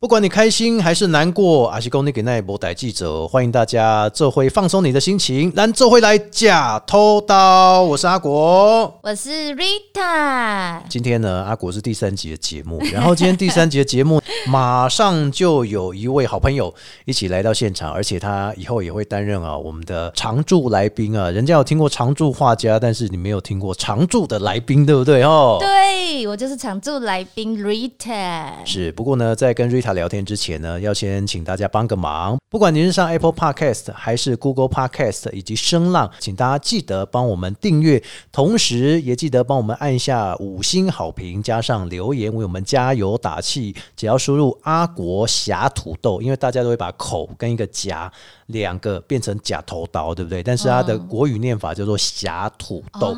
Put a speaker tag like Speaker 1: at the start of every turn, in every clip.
Speaker 1: 不管你开心还是难过，阿西公你给那一波逮记者，欢迎大家这会放松你的心情，咱这会来假偷刀，我是阿国。
Speaker 2: 我是 Rita，
Speaker 1: 今天呢，阿国是第三集的节目，然后今天第三集的节目马上就有一位好朋友一起来到现场，而且他以后也会担任啊我们的常驻来宾啊。人家有听过常驻画家，但是你没有听过常驻的来宾，对不对哦？
Speaker 2: 对我就是常驻来宾 Rita。
Speaker 1: 是，不过呢，在跟 Rita 聊天之前呢，要先请大家帮个忙，不管您是上 Apple Podcast 还是 Google Podcast 以及声浪，请大家记得帮我们订阅，同时也记得帮我们按下五星好评，加上留言为我们加油打气。只要输入“阿国侠土豆”，因为大家都会把口跟一个夹两个变成假头刀，对不对？但是它的国语念法叫做“侠土豆”。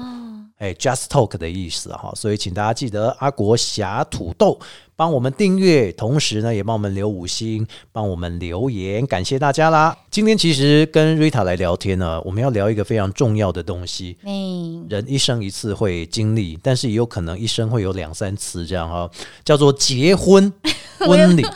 Speaker 1: 哎，just talk 的意思哈，所以请大家记得阿国侠土豆帮我们订阅，同时呢也帮我们留五星，帮我们留言，感谢大家啦！今天其实跟 Rita 来聊天呢，我们要聊一个非常重要的东西，
Speaker 2: 嗯，
Speaker 1: 人一生一次会经历，但是也有可能一生会有两三次这样哈、叫做结婚婚礼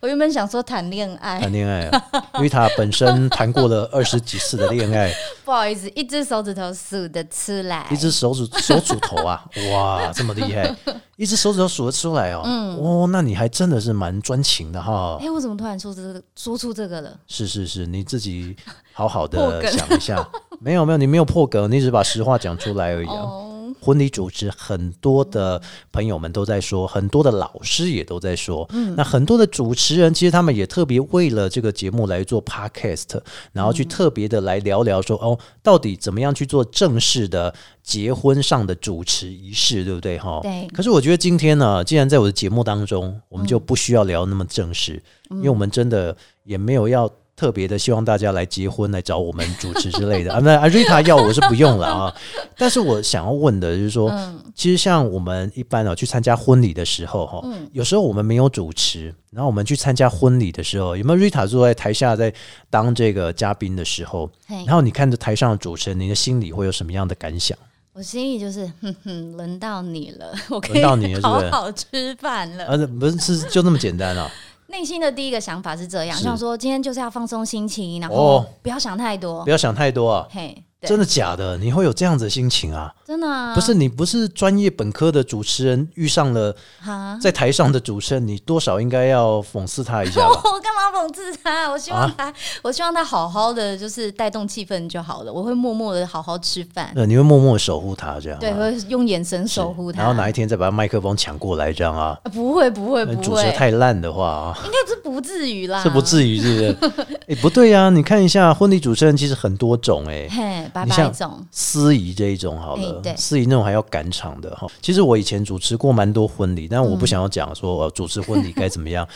Speaker 2: 我原本想说谈恋爱，
Speaker 1: 谈恋爱、啊。Rita 本身谈过了二十几次的恋爱，
Speaker 2: 不好意思，一只手指头数得出来
Speaker 1: 一。只手指手指头啊，哇，这么厉害，一只手指头数得出来哦。哦，那你还真的是蛮专情的哈
Speaker 2: 哎、。我怎么突然说这个说出这个了？
Speaker 1: 是是是，你自己好好
Speaker 2: 破
Speaker 1: 的
Speaker 2: 梗
Speaker 1: 想一 下。没有没有，你没有破梗，你只是把实话讲出来而已、啊。
Speaker 2: 哦，
Speaker 1: 婚礼主持，很多的朋友们都在说，很多的老师也都在说，
Speaker 2: 嗯
Speaker 1: 那很多的主持人其实他们也特别为了这个节目来做 podcast，然后去特别的来聊聊
Speaker 2: 嗯
Speaker 1: 说，哦，到底怎么样去做正式的结婚上的主持仪式，对不对？哈，
Speaker 2: 对
Speaker 1: 可是我觉得今天呢，既然在我的节目当中，我们就不需要聊那么正式，因为我们真的也没有要。特别的希望大家来结婚来找我们主持之类的 啊，那啊 Rita 要我是不用了啊。但是我想要问的就是说，其实像我们一般哦去参加婚礼的时候哈、有时候我们没有主持，然后我们去参加婚礼的时候，有没有 Rita 坐在台下在当这个嘉宾的时候，
Speaker 2: 嘿
Speaker 1: 然，后你看着台上的主持人，你的心里会有什么样的感想？
Speaker 2: 我心里就是， 哼哼，轮到你了，我可
Speaker 1: 轮
Speaker 2: 以
Speaker 1: 到你了是不
Speaker 2: 好
Speaker 1: 是
Speaker 2: 好吃饭了。
Speaker 1: 啊，不是是就那么简单啊？
Speaker 2: 内心的第一个想法是这样，
Speaker 1: 是
Speaker 2: 想说今天就是要放松心情，然后
Speaker 1: 哦
Speaker 2: 不要想太多。
Speaker 1: 不要想太多啊！
Speaker 2: 嘿，对
Speaker 1: 真的假的？你会有这样子的心情啊？
Speaker 2: 真的啊，
Speaker 1: 不是你不是专业本科的主持人，遇上了
Speaker 2: 哈，
Speaker 1: 在台上的主持人，你多少应该要讽刺他一下 吧？啊
Speaker 2: 我干嘛讽刺他？我希望他，我希望他好好的，就是带动气氛就好了。我会默默的好好吃饭，
Speaker 1: 呃那你会默默地守护他这样、啊，
Speaker 2: 对，会用眼神守护他。
Speaker 1: 然后哪一天再把麦克风抢过来这样啊？
Speaker 2: 啊不会，不会，
Speaker 1: 那
Speaker 2: 不
Speaker 1: 主持
Speaker 2: 会
Speaker 1: 得，太烂的话啊，
Speaker 2: 应该是不至于啦，
Speaker 1: 这不
Speaker 2: 于。
Speaker 1: 至于是不是？
Speaker 2: 嗯
Speaker 1: 哎、不对呀、啊，你看一下婚礼主持人其实很多种哎、
Speaker 2: 嘿，拜
Speaker 1: 你
Speaker 2: 拜
Speaker 1: 像
Speaker 2: 总，
Speaker 1: 司仪这一种好
Speaker 2: 哎
Speaker 1: 了，
Speaker 2: 对
Speaker 1: 司仪那种还要赶场的哈。其实我以前主持过蛮多婚礼，但我不想要讲说、呃主持婚礼该怎么 样。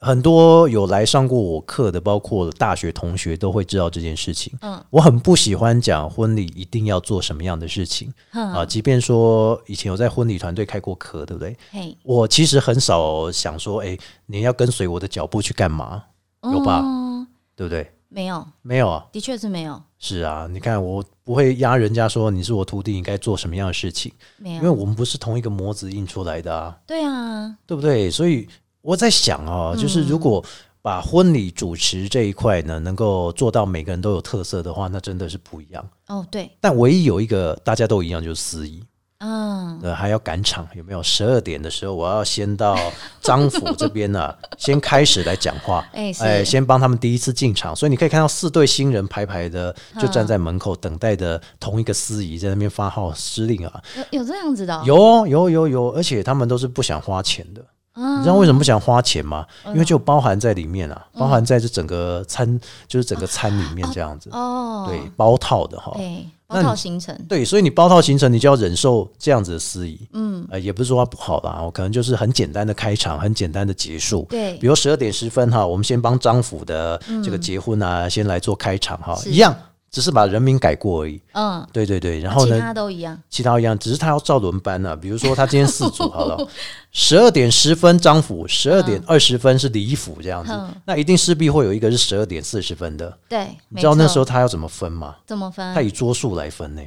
Speaker 1: 很多有来上过我课的，包括大学同学都会知道这件事情。嗯，我很不喜欢讲婚礼一定要做什么样的事情啊、
Speaker 2: 嗯
Speaker 1: 即便说以前有在婚礼团队开过课，对不对？
Speaker 2: 嘿，
Speaker 1: 我其实很少想说，哎、你要跟随我的脚步去干嘛？有吧
Speaker 2: 嗯
Speaker 1: 对不对？
Speaker 2: 没有，
Speaker 1: 没有啊，
Speaker 2: 的确是没有，
Speaker 1: 是啊，你看我不会压人家说你是我徒弟，你该做什么样的事情。
Speaker 2: 没
Speaker 1: 因为
Speaker 2: 有，
Speaker 1: 我们不是同一个模子印出来的啊，
Speaker 2: 对啊，
Speaker 1: 对不对？所以我在想啊，就是如果把婚礼主持这一块呢，能够做到每个人都有特色的话，那真的是不一样。
Speaker 2: 哦，对，
Speaker 1: 但唯一有一个大家都一样，就是司仪，
Speaker 2: 嗯，
Speaker 1: 呃，还要赶场，有没有？十二点的时候，我要先到张府这边呢、先开始来讲话，
Speaker 2: 哎是
Speaker 1: 先帮他们第一次进场，所以你可以看到四对新人排排的就站在门口等待的同一个司仪在那边发号施令啊，
Speaker 2: 有有这样子的哦，
Speaker 1: 有哦有有有，而且他们都是不想花钱的。
Speaker 2: 嗯
Speaker 1: 你知道为什么不想花钱吗？因为就包含在里面啊，
Speaker 2: 嗯
Speaker 1: 包含在这整个餐，就是整个餐里面这样子，
Speaker 2: 哦，
Speaker 1: 对，包套的哈。
Speaker 2: 对，
Speaker 1: 那
Speaker 2: 包
Speaker 1: 你
Speaker 2: 套行程，
Speaker 1: 对，所以你包套行程，你就要忍受这样子的司仪。嗯，呃，也不是说它不好啦，哦我可能就是很简单的开场，很简单的结束。
Speaker 2: 对嗯
Speaker 1: 比，如十二点十分哈，我们先帮张府的这个结婚啊，先来做开场哈，
Speaker 2: 是
Speaker 1: 一样，只是把人名改过而已。
Speaker 2: 嗯，
Speaker 1: 对对对，然后
Speaker 2: 其
Speaker 1: 呢，
Speaker 2: 他都一样，
Speaker 1: 其他一样，只是他要照轮班啊。比如说，他今天四组 好了，十二点十分张府，十二点二十分是李府这样子，
Speaker 2: 嗯
Speaker 1: 那一定势必会有一个是十二点四十分的。
Speaker 2: 对，
Speaker 1: 你知道那时候
Speaker 2: 候
Speaker 1: 他要怎么分吗？
Speaker 2: 怎么分
Speaker 1: 他？以桌数来分呢、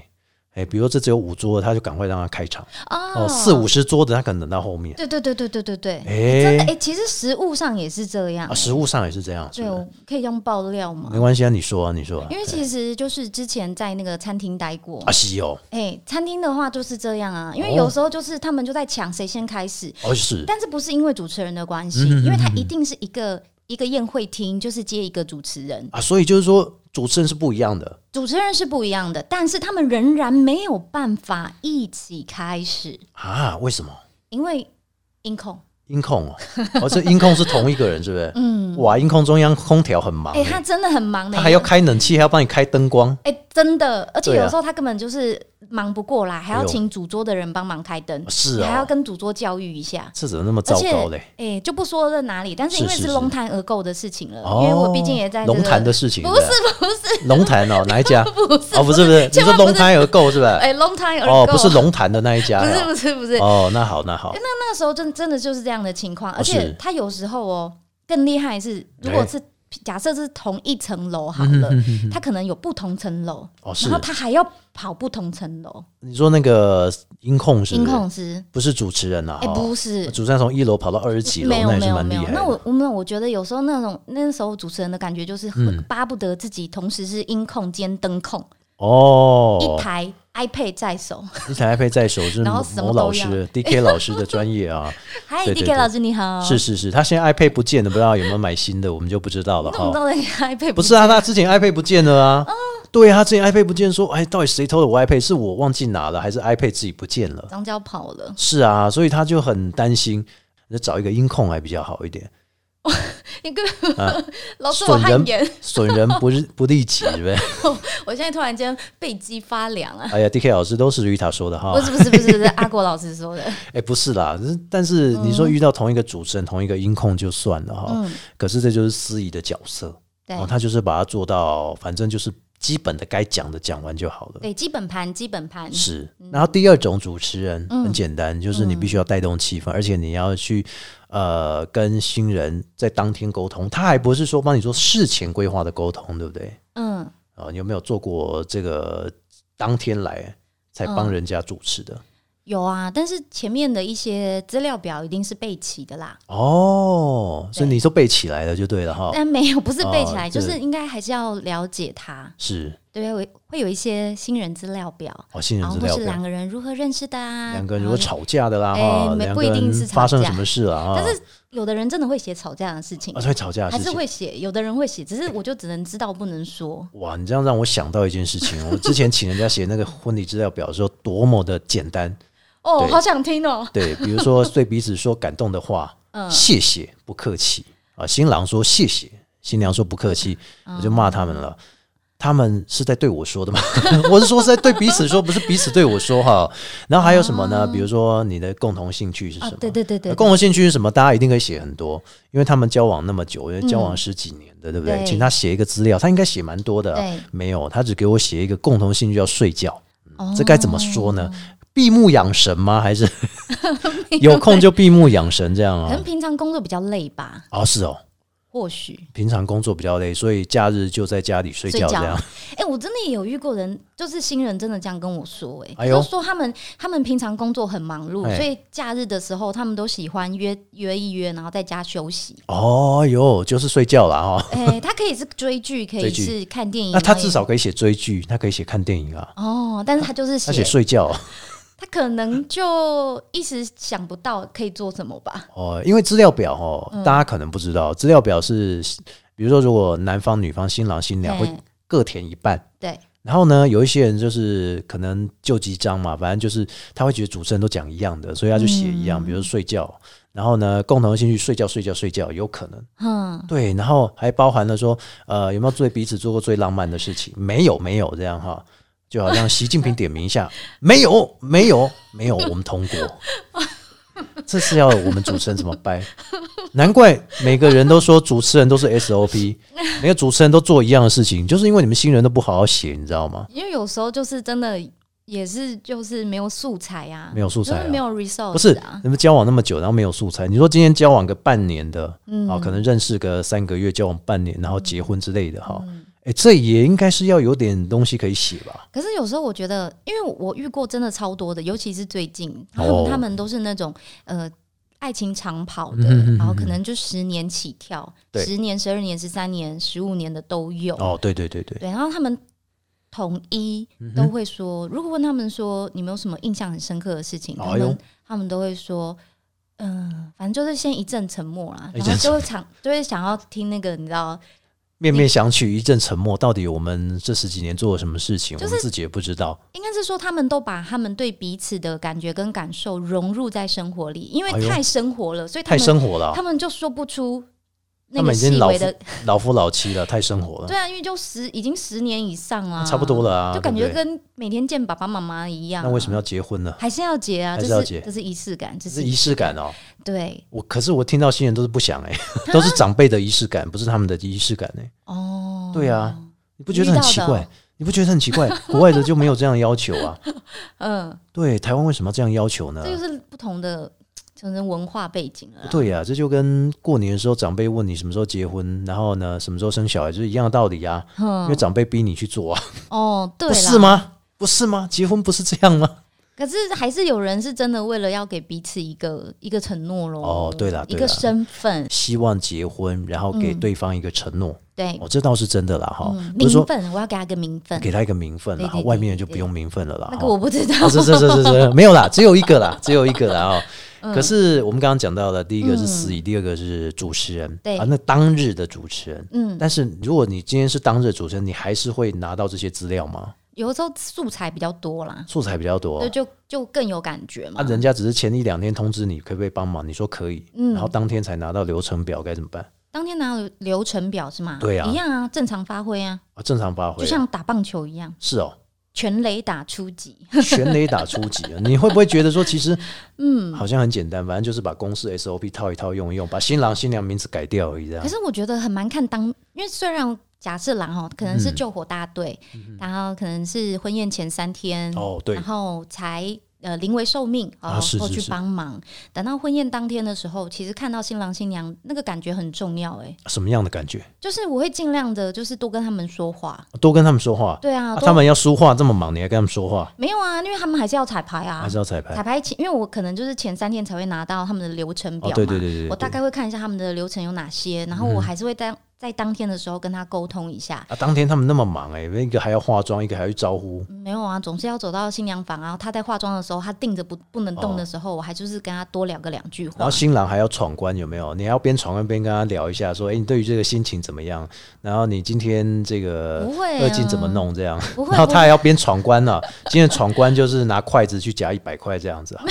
Speaker 1: 哎，比如说这只有五桌，他就赶快让他开场。
Speaker 2: 啊
Speaker 1: 哦，四五十桌的他可能等到后面。
Speaker 2: 对对对对对对对，
Speaker 1: 哎
Speaker 2: 真的哎、其实食物上也是这样、
Speaker 1: 啊，食物上也是这样，是
Speaker 2: 对，
Speaker 1: 不是
Speaker 2: 我可以用爆料吗
Speaker 1: 没？关系啊，你说啊，你说啊。
Speaker 2: 因为其实就是之前在那个餐厅待过，
Speaker 1: 啊，西哦，
Speaker 2: 哎、餐厅的话就是这样啊，因为
Speaker 1: 哦
Speaker 2: 有时候就是他们就在抢谁先开始，
Speaker 1: 哦是，嗯
Speaker 2: 但是不是因为主持人的关系，因为他一定是一个一个宴会厅，就是接一个主持人，
Speaker 1: 啊，所以就是说主持人是不一样的
Speaker 2: 主持人是不一样的，但是他们仍然没有办法一起开始，
Speaker 1: 啊？为什么？
Speaker 2: 因为音控。
Speaker 1: 音控哦，哦，这音控是同一个人，是不 是？嗯，哇，音控中央空调很忙
Speaker 2: 哎、
Speaker 1: 欸，
Speaker 2: 他真的很忙的，
Speaker 1: 他还要开冷气，还要帮你开灯光，
Speaker 2: 哎、真的，而且
Speaker 1: 对啊
Speaker 2: 有时候他根本就是忙不过来，还
Speaker 1: 哎
Speaker 2: 要
Speaker 1: 呦
Speaker 2: 请主桌的人帮忙开灯，
Speaker 1: 是
Speaker 2: 你还要
Speaker 1: 哦，
Speaker 2: 跟主桌教育一下。
Speaker 1: 这怎么那么
Speaker 2: 而
Speaker 1: 糟
Speaker 2: 且，
Speaker 1: 糕
Speaker 2: 哎、
Speaker 1: 嘞？
Speaker 2: 就不说在哪里，但是
Speaker 1: 是
Speaker 2: 因为
Speaker 1: 是
Speaker 2: 是
Speaker 1: 是
Speaker 2: 龙潭而购的事情了，
Speaker 1: 哦，
Speaker 2: 因为我毕竟也在、这个
Speaker 1: 龙潭的事情，
Speaker 2: 不
Speaker 1: 对
Speaker 2: 是
Speaker 1: 不对龙潭哦，哪一 家？哦，不是不是，你
Speaker 2: 千
Speaker 1: 说
Speaker 2: 万不是
Speaker 1: 龙潭而购是不是？
Speaker 2: 哎、龙潭而购、
Speaker 1: 哦，不是，龙潭的那一家
Speaker 2: 不是
Speaker 1: 呀，
Speaker 2: 不是不是，
Speaker 1: 哦，那好那好，
Speaker 2: 那时候真真的就是这样的情况，而
Speaker 1: 是
Speaker 2: 且他有时候哦更厉害是，如果
Speaker 1: 哎
Speaker 2: 是、假设是同一层楼好
Speaker 1: 嗯
Speaker 2: 了，他可能有不同层楼，
Speaker 1: 哦是
Speaker 2: 然后，他还要跑不同层楼，
Speaker 1: 你说那个音控是
Speaker 2: 音
Speaker 1: 不是？
Speaker 2: 控师，
Speaker 1: 不是主持人啊，
Speaker 2: 哎、
Speaker 1: 哈
Speaker 2: 不是，
Speaker 1: 主持人从一楼跑到二十几楼，
Speaker 2: 没有
Speaker 1: 那也
Speaker 2: 没
Speaker 1: 是
Speaker 2: 有
Speaker 1: 蛮厉
Speaker 2: 没有，
Speaker 1: 害
Speaker 2: 那
Speaker 1: 的。
Speaker 2: 我我们我觉得有时候那种那时候主持人的感觉就是很
Speaker 1: 嗯
Speaker 2: 巴不得自己同时是音控兼灯控，
Speaker 1: 哦
Speaker 2: 一，台 iPad 在手。
Speaker 1: 一台 iPad 在手，是
Speaker 2: 然后
Speaker 1: 某
Speaker 2: 什么
Speaker 1: 某
Speaker 2: 都
Speaker 1: 老
Speaker 2: 要
Speaker 1: 师 DK 老师的专业 啊。
Speaker 2: 嗨
Speaker 1: 对对对
Speaker 2: ，DK 老师你好，
Speaker 1: 是是是，他现在 iPad 不见了，不知道有没有买新的，我们就不知道了哦
Speaker 2: 那么
Speaker 1: 哈。
Speaker 2: 多的 iPad
Speaker 1: 不是啊，他之前 iPad 不见了
Speaker 2: 哦
Speaker 1: 啊。对啊，他之前 iPad 不见，说哎，到底谁偷了我 iPad？是我忘记拿了，还是 iPad 自己不见了？
Speaker 2: 张娇跑了，
Speaker 1: 是啊，所以他就很担心，那找一个音控还比较好一点，
Speaker 2: 你根本、 老哦师我
Speaker 1: 损
Speaker 2: 汗
Speaker 1: 啊人
Speaker 2: 颜，哦
Speaker 1: 损人不是不利己，是不是？
Speaker 2: 我现在突然间背脊发凉啊！
Speaker 1: 哎呀，DK 老师都是 Rita 说的哈。
Speaker 2: 不是不是不是，是阿国老师说的，
Speaker 1: 哎、不是啦，只是但是你说遇到同一个主持人、同一个音控就算了哈，可是这就是司仪的角色
Speaker 2: 嗯对
Speaker 1: 哦，他就是把它做到，反正就是基本的该讲的讲完就好了。
Speaker 2: 对，基本盘基本盘
Speaker 1: 是，然后第二种主持人、
Speaker 2: 嗯
Speaker 1: 很简单，就是你必须要带动气氛，而且你要去呃跟新人在当天沟通，他还不是说帮你做事前规划的沟通，对不对？
Speaker 2: 嗯，
Speaker 1: 啊、你有没有做过这个当天来才帮
Speaker 2: 嗯
Speaker 1: 人家主持的？
Speaker 2: 有啊，但是前面的一些资料表一定是备齐的啦，
Speaker 1: 哦，所以
Speaker 2: 对
Speaker 1: 你都背起来了就对了哈。
Speaker 2: 但没有不是背起
Speaker 1: 哦
Speaker 2: 来，就
Speaker 1: 对
Speaker 2: 是应该还是要了解他，
Speaker 1: 是
Speaker 2: 对，会会有一些新人资料表，
Speaker 1: 哦，新人
Speaker 2: 然后
Speaker 1: 资
Speaker 2: 或
Speaker 1: 料
Speaker 2: 是
Speaker 1: 表
Speaker 2: 两，个人如何认识的啊，
Speaker 1: 两个人
Speaker 2: 然
Speaker 1: 如
Speaker 2: 后
Speaker 1: 果吵架的啦
Speaker 2: 哎
Speaker 1: 哈，
Speaker 2: 没
Speaker 1: 两
Speaker 2: 不
Speaker 1: 个
Speaker 2: 一定
Speaker 1: 人
Speaker 2: 是吵
Speaker 1: 发生
Speaker 2: 架
Speaker 1: 什么事啊了哈，
Speaker 2: 但是有的人真的会写吵架的事情
Speaker 1: 啊，，所以吵架的
Speaker 2: 还
Speaker 1: 事
Speaker 2: 是
Speaker 1: 情。
Speaker 2: 会写，有的人会写，只是我就只能知道不能说，
Speaker 1: 哇，你这样让我想到一件事情，哦我之前请人家写那个婚礼资料表的时候，多么的简单。
Speaker 2: 哦，
Speaker 1: 对
Speaker 2: 好想听哦，
Speaker 1: 对，比如说对彼此说感动的话，
Speaker 2: 嗯
Speaker 1: 谢谢，不客气啊。新郎说谢谢，新娘说不客气，
Speaker 2: 嗯
Speaker 1: 我就骂他们了。他们是在对我说的吗？ 我是说是在对彼此说，不是彼此对我说哈。然后还有什么呢？比如说你的共同兴趣是什
Speaker 2: 嗯啊
Speaker 1: 么？，
Speaker 2: 对对对对，
Speaker 1: 共同兴趣是什么？大家一定可以写很多，因为他们交往那么久，因为交往十几年的，对不对？
Speaker 2: 嗯对
Speaker 1: 请他写一个资料，他应该写蛮多的啊
Speaker 2: 对。
Speaker 1: 没有，他只给我写一个共同兴趣叫睡觉，
Speaker 2: 哦
Speaker 1: 这该怎么说呢？闭目养神吗？还 是有空就闭目养神这样
Speaker 2: 可能
Speaker 1: 啊？
Speaker 2: 平常工作比较累吧，
Speaker 1: 哦，是哦，
Speaker 2: 或许。
Speaker 1: 平常工作比较累，所以假日就在家里睡觉这样。
Speaker 2: 哎、我真的也有遇过人，就是新人真的这样跟我说、哎、
Speaker 1: 哎呦
Speaker 2: 就说他们他们平常工作很忙碌，
Speaker 1: 哎
Speaker 2: 所以假日的时候他们都喜欢约约一约，然后在家休息。
Speaker 1: 哦哟，就是睡觉啦哈、
Speaker 2: 哎、他可以是追剧，可
Speaker 1: 追
Speaker 2: 以
Speaker 1: 剧
Speaker 2: 是看电影，
Speaker 1: 那他
Speaker 2: 然后也
Speaker 1: 至少可以写追剧，他可以写看电影啊，
Speaker 2: 哦，但是他就是
Speaker 1: 他写
Speaker 2: 写，
Speaker 1: 睡觉哦
Speaker 2: 他可能就一时想不到可以做什么吧。
Speaker 1: 哦，因为资料表哦，大家可能不知道，资料表是，比如说如果男方、女方、新郎、新娘会
Speaker 2: 哎
Speaker 1: 各填一半，
Speaker 2: 对，
Speaker 1: 然后呢，有一些人就是可能就几张嘛，反正就是他会觉得主持人都讲一样的，所以他就写一样，比如说睡觉，然后呢，共同兴趣睡觉睡觉睡觉，有可能
Speaker 2: 嗯，
Speaker 1: 对，然后还包含了说，呃，有没有对彼此做过最浪漫的事情？没有，没有这样哈，就好像习近平点名一下，没有，没有，没有，我们通过，这是要我们主持人怎么掰？难怪每个人都说主持人都是 SOP，每个主持人都做一样的事情，就是因为你们新人都不好好写，你知道吗？
Speaker 2: 因为有时候就是真的也是就是没有素材啊，
Speaker 1: 没有素材啊
Speaker 2: 就是没有 resource，
Speaker 1: 不是
Speaker 2: 啊，，
Speaker 1: 你们交往那么久，然后没有素材。你说今天哦
Speaker 2: 嗯嗯
Speaker 1: 交往个半年的，啊、可能认识个三个月，交往半年，然后结婚之类的哈。哎、哎，这也应该是要有点东西可以写吧？
Speaker 2: 可是有时候我觉得，因为我遇过真的超多的，尤其是最近，他
Speaker 1: 哦
Speaker 2: 们他们都是那种呃爱情长跑的，
Speaker 1: 嗯哼嗯哼
Speaker 2: 然后可能就十年起跳，
Speaker 1: 对
Speaker 2: 十年、十二年、十三年、十五年的都有。
Speaker 1: 哦，对对对对，
Speaker 2: 对，然后他们统一
Speaker 1: 嗯
Speaker 2: 都会说，如果问他们说你们有什么印象很深刻的事情，他
Speaker 1: 哎呦
Speaker 2: 们他们都会说。嗯，反正就是先一阵沉默啦，
Speaker 1: 一
Speaker 2: 然
Speaker 1: 阵沉
Speaker 2: 后就会想，就会想要听那个，你知道，
Speaker 1: 面面相觑，一阵沉默。到底我们这十几年做了什么事情，
Speaker 2: 就
Speaker 1: 我
Speaker 2: 是
Speaker 1: 们自己也不知道。
Speaker 2: 应该是说他们都把他们对彼此的感觉跟感受融入在生活里，因为
Speaker 1: 哎呦
Speaker 2: 太生活了，所以他
Speaker 1: 太
Speaker 2: 们
Speaker 1: 生活了啊、
Speaker 2: 他们就说不出那
Speaker 1: 他
Speaker 2: 个
Speaker 1: 们已经
Speaker 2: 细
Speaker 1: 老
Speaker 2: 微的，
Speaker 1: 老夫老妻了，太生活了，
Speaker 2: 对啊，因为就十已经十年以上了，
Speaker 1: 差不多了啊，
Speaker 2: 就感
Speaker 1: 对
Speaker 2: 觉
Speaker 1: 不对
Speaker 2: 跟每天见爸爸妈妈一样啊。
Speaker 1: 那为什么要结婚呢？
Speaker 2: 还是要结啊？
Speaker 1: 还
Speaker 2: 这
Speaker 1: 是
Speaker 2: 是
Speaker 1: 要结
Speaker 2: 这是仪式感，这
Speaker 1: 这是
Speaker 2: 是
Speaker 1: 仪式感哦。
Speaker 2: 对
Speaker 1: 我可是我听到新人都是不想哎、 都是长辈的仪式感，不是他们的仪式感哎、
Speaker 2: 哦，
Speaker 1: 对啊，你不觉得很奇
Speaker 2: 遇到
Speaker 1: 怪
Speaker 2: 的？
Speaker 1: 你不觉得很奇怪？国外的就没有这样要求啊？
Speaker 2: 嗯，
Speaker 1: 对，台湾为什么要这样要求呢
Speaker 2: 这？就是不同的可能文化背景啊了啦。
Speaker 1: 对呀、这就跟过年的时候长辈问你什么时候结婚，然后呢什么时候生小孩，就是一样的道理啊。因为
Speaker 2: 嗯，
Speaker 1: 长辈逼你去做啊，
Speaker 2: 哦，对
Speaker 1: 不
Speaker 2: 啦
Speaker 1: 是？吗？不是吗？结婚不是这样吗？
Speaker 2: 可是还是有人是真的为了要给彼此一个一个承诺咯。
Speaker 1: 哦对啦
Speaker 2: 一
Speaker 1: 对
Speaker 2: 个
Speaker 1: 啦
Speaker 2: 身份，
Speaker 1: 希望结婚，然后给
Speaker 2: 嗯
Speaker 1: 对方一个承诺，
Speaker 2: 对，
Speaker 1: 哦，这倒是真的啦哈。
Speaker 2: 嗯，
Speaker 1: 不是
Speaker 2: 名
Speaker 1: 说
Speaker 2: 分，我要给他一个名分。
Speaker 1: 给他一个名分啦，
Speaker 2: 对对对
Speaker 1: 外面就不用名分了啦。
Speaker 2: 那
Speaker 1: 哈
Speaker 2: 个我不 知道
Speaker 1: 啊，，是是是是是，没有啦，只有一个啦，只有一个啦哦。
Speaker 2: 嗯
Speaker 1: 可是我们刚刚讲到了，第一个是司仪，第二个是主持人，
Speaker 2: 对
Speaker 1: 啊，那当日的主持人。
Speaker 2: 嗯，
Speaker 1: 但是如果你今天是当日的主持人，你还是会拿到这些资料吗？
Speaker 2: 有的时候素材比较多啦，
Speaker 1: 素材比较多
Speaker 2: 对，，就就更有感觉嘛
Speaker 1: 哦啊，。人家只是前一两天通知你可不可以帮忙，你说可以，
Speaker 2: 嗯
Speaker 1: 然后当天才拿到流程表，该怎么办？
Speaker 2: 当天拿有流程表是吗？
Speaker 1: 对啊
Speaker 2: 一样啊，正常发挥啊，
Speaker 1: 啊，正常发挥
Speaker 2: 就
Speaker 1: 啊，
Speaker 2: 像打棒球一样，
Speaker 1: 是哦，
Speaker 2: 全垒打初级。
Speaker 1: 全垒打初级啊，你会不会觉得说，其实嗯，好像很简单，反正就是把公式 SOP 套一套用一用，把新郎新娘名字改掉而已，这样
Speaker 2: 可。是我觉得很蛮看当，因为虽然假设啦哈，可能
Speaker 1: 嗯
Speaker 2: 是救火大队，然后可能是婚宴前三天，
Speaker 1: 哦，对
Speaker 2: 然，后才呃临危受命
Speaker 1: 啊
Speaker 2: 哦
Speaker 1: 是
Speaker 2: 后
Speaker 1: 是
Speaker 2: 去
Speaker 1: 是
Speaker 2: 帮忙。等到婚宴当天的时候，其实看到新郎新娘那个感觉很重要、欸，
Speaker 1: 什么样的感觉？
Speaker 2: 就是我会尽量的，就是多跟他们说话。
Speaker 1: 多跟他们说话。
Speaker 2: 对啊，
Speaker 1: 啊
Speaker 2: 多
Speaker 1: 他们要说话这么忙，你还跟他们说话，
Speaker 2: 没有啊，因为他们还是要彩排啊
Speaker 1: 还，是要彩排？
Speaker 2: 彩排前，因为我可能就是前三天才会拿到他们的流程
Speaker 1: 哦
Speaker 2: 表嘛，，
Speaker 1: 对对对对对，嗯
Speaker 2: 我大概会看一下他们的流程有哪些，然后我还是会当在当天的时候跟他沟通一下。
Speaker 1: 啊，当天他们那么忙哎、一个还要化妆，一个还要去招呼，
Speaker 2: 没有啊，总是要走到新娘房，然后她在化妆的时候，她定着不不能动的时候，我还就是跟她多聊个两句
Speaker 1: 哦然
Speaker 2: 话
Speaker 1: 后。新郎还要闯关，有没有？你还要边闯关边跟他聊一下，说，哎、你对于这个心情怎么样？然后你今天这个
Speaker 2: 不会啊
Speaker 1: 二进怎么弄这样？
Speaker 2: 不会
Speaker 1: 然后他还要边闯关呢、今天闯关就是拿筷子去夹一百块这样 子、啊，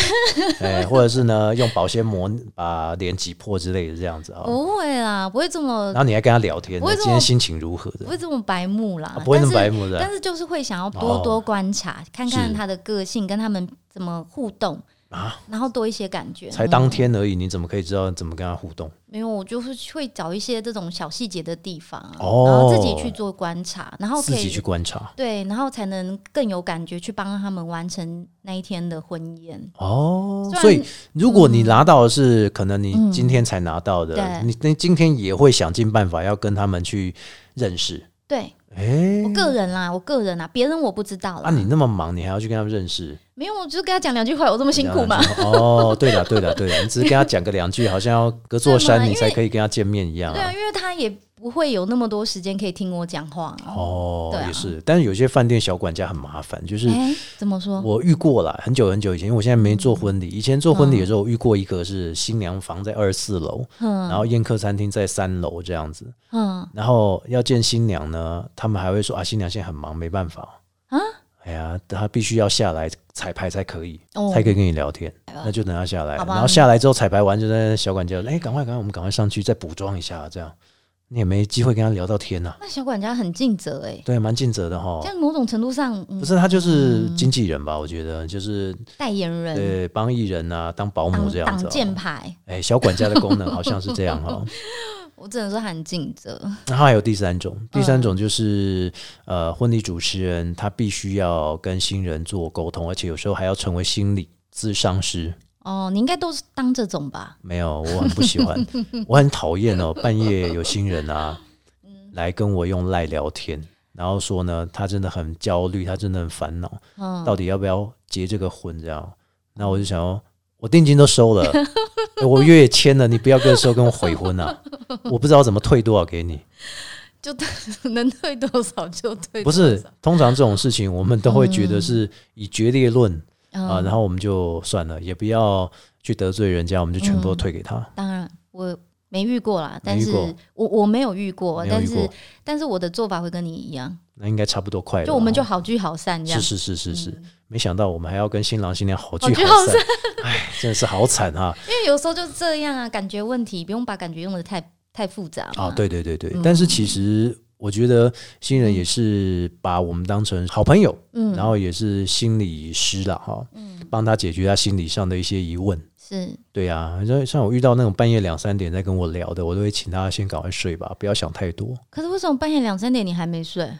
Speaker 1: 哎、或者是呢用保鲜膜把脸挤破之类的这样子啊。
Speaker 2: 不会啊，不会这么
Speaker 1: 然后你还跟他聊天，
Speaker 2: 不会
Speaker 1: 那
Speaker 2: 这么
Speaker 1: 今天心情如何的
Speaker 2: 不？会这么白目啦，
Speaker 1: 啊不会那么白目
Speaker 2: 但
Speaker 1: 的
Speaker 2: 是但是就是会想要多
Speaker 1: 哦
Speaker 2: 多观察，看
Speaker 1: 是
Speaker 2: 看她的个性跟他们怎么互动
Speaker 1: 啊，
Speaker 2: 然后多一些感觉。
Speaker 1: 才当天而已，你怎么可以知道怎么跟他互动？
Speaker 2: 没有，我就是会找一些这种小细节的地方啊，
Speaker 1: 哦
Speaker 2: 然后自己去做观察，然后可
Speaker 1: 自己去
Speaker 2: 以
Speaker 1: 观察。
Speaker 2: 对，然后才能更有感觉去帮他们完成那一天的婚宴。
Speaker 1: 哦
Speaker 2: 虽，然
Speaker 1: 所以如果你拿到的是、可能你今天才拿到的，
Speaker 2: 对
Speaker 1: 你那今天也会想尽办法要跟他们去认识。
Speaker 2: 对
Speaker 1: 哎、
Speaker 2: 我个人啦，我个人啦，啊别人我不知道啦。
Speaker 1: 啊，你那么忙，你还要去跟他们认识，
Speaker 2: 没有，我就跟他讲两句话，我这么辛苦嘛
Speaker 1: 然。后他就说？哦，对了，对了，对了，你只是跟他讲个两句，好像要隔座
Speaker 2: 对
Speaker 1: 山
Speaker 2: 嘛
Speaker 1: 你
Speaker 2: 因为
Speaker 1: 才可以跟他见面一样
Speaker 2: 对啊，
Speaker 1: 啊。
Speaker 2: 因为他也不会有那么多时间可以听我讲话。
Speaker 1: 哦，
Speaker 2: 对啊
Speaker 1: 也是，但是有些饭店小管家很麻烦，就是
Speaker 2: 哎，怎么说？
Speaker 1: 我遇过啦，很久很久以前，因为我现在没做婚礼。
Speaker 2: 嗯
Speaker 1: 以前做婚礼的时候，我遇过一个是新娘房在二四楼，然后宴客餐厅在三楼这样子。
Speaker 2: 嗯，
Speaker 1: 然后要见新娘呢，他们还会说啊，新娘现在很忙，没办法。啊，哎呀，她必须要下来彩排才可以，
Speaker 2: 哦
Speaker 1: 才可以跟你聊天。那就等她下来，
Speaker 2: 好吧
Speaker 1: 然后下来之后彩排完，就在小管家说，哎，赶快赶快，我们赶快上去再补妆一下，这样你也没机会跟她聊到天呐、
Speaker 2: 那小管家很尽责哎，
Speaker 1: 对，蛮尽责的哈
Speaker 2: 这。样某种程度上，嗯
Speaker 1: 哦不是，他就是经纪人吧？我觉得就是
Speaker 2: 代言人
Speaker 1: 对，帮艺人啊，当保姆
Speaker 2: 挡
Speaker 1: 这样子、
Speaker 2: 挡箭
Speaker 1: 哦。
Speaker 2: 牌，
Speaker 1: 哎，小管家的功能好像是这样 哈、哦。
Speaker 2: 我只能说他很尽责。
Speaker 1: 然后还有第三种，
Speaker 2: 嗯
Speaker 1: 第三种就是、呃，婚礼主持人他必须要跟新人做沟通，而且有时候还要成为心理咨商师。
Speaker 2: 哦，你应该都是当这种吧？
Speaker 1: 没有，我很不喜欢，我很讨厌哦，半夜有新人啊。来跟我用赖聊天，然后说呢，他真的很焦虑，他真的很烦恼，
Speaker 2: 嗯，
Speaker 1: 到底要不要结这个婚？这样，那我就想说，我定金都收 了，欸我约也签了，你不要跟时候跟我悔婚 啊！我不知道怎么退多少给你，
Speaker 2: 就 能退多少就退
Speaker 1: 不
Speaker 2: 多少，
Speaker 1: 是，通常这种事情我们都会觉得是以决裂论
Speaker 2: 嗯
Speaker 1: 啊、然后我们就算了，也不要去得罪人家，我们就全部都退给他。
Speaker 2: 当然我没遇过啦，
Speaker 1: 没
Speaker 2: 但
Speaker 1: 遇
Speaker 2: 是
Speaker 1: 过
Speaker 2: 我我没有遇过，
Speaker 1: 没有
Speaker 2: 但
Speaker 1: 遇
Speaker 2: 是
Speaker 1: 过
Speaker 2: 但是我的做法会跟你一样，
Speaker 1: 那应该差不多快了哦。
Speaker 2: 就我们就好聚好散这样嗯
Speaker 1: 是。是是是是，没想到我们还要跟新郎新娘好聚
Speaker 2: 好聚
Speaker 1: 好
Speaker 2: 好
Speaker 1: 散，哎，真的是好惨啊！
Speaker 2: 因为有时候就这样啊，感觉问题不用把感觉用的太太复杂嘛
Speaker 1: 啊，，对对对
Speaker 2: 嗯
Speaker 1: 对，但是其实我觉得新人也是把我们当成好朋友，
Speaker 2: 嗯，
Speaker 1: 然后也是心理师了哈，帮他解决他心理上的一些疑问。
Speaker 2: 是
Speaker 1: 对啊，像像我遇到那种半夜两三点在跟我聊的，我都会请他先赶快睡吧，不要想太多。
Speaker 2: 可是为什么半夜两三点你还没睡？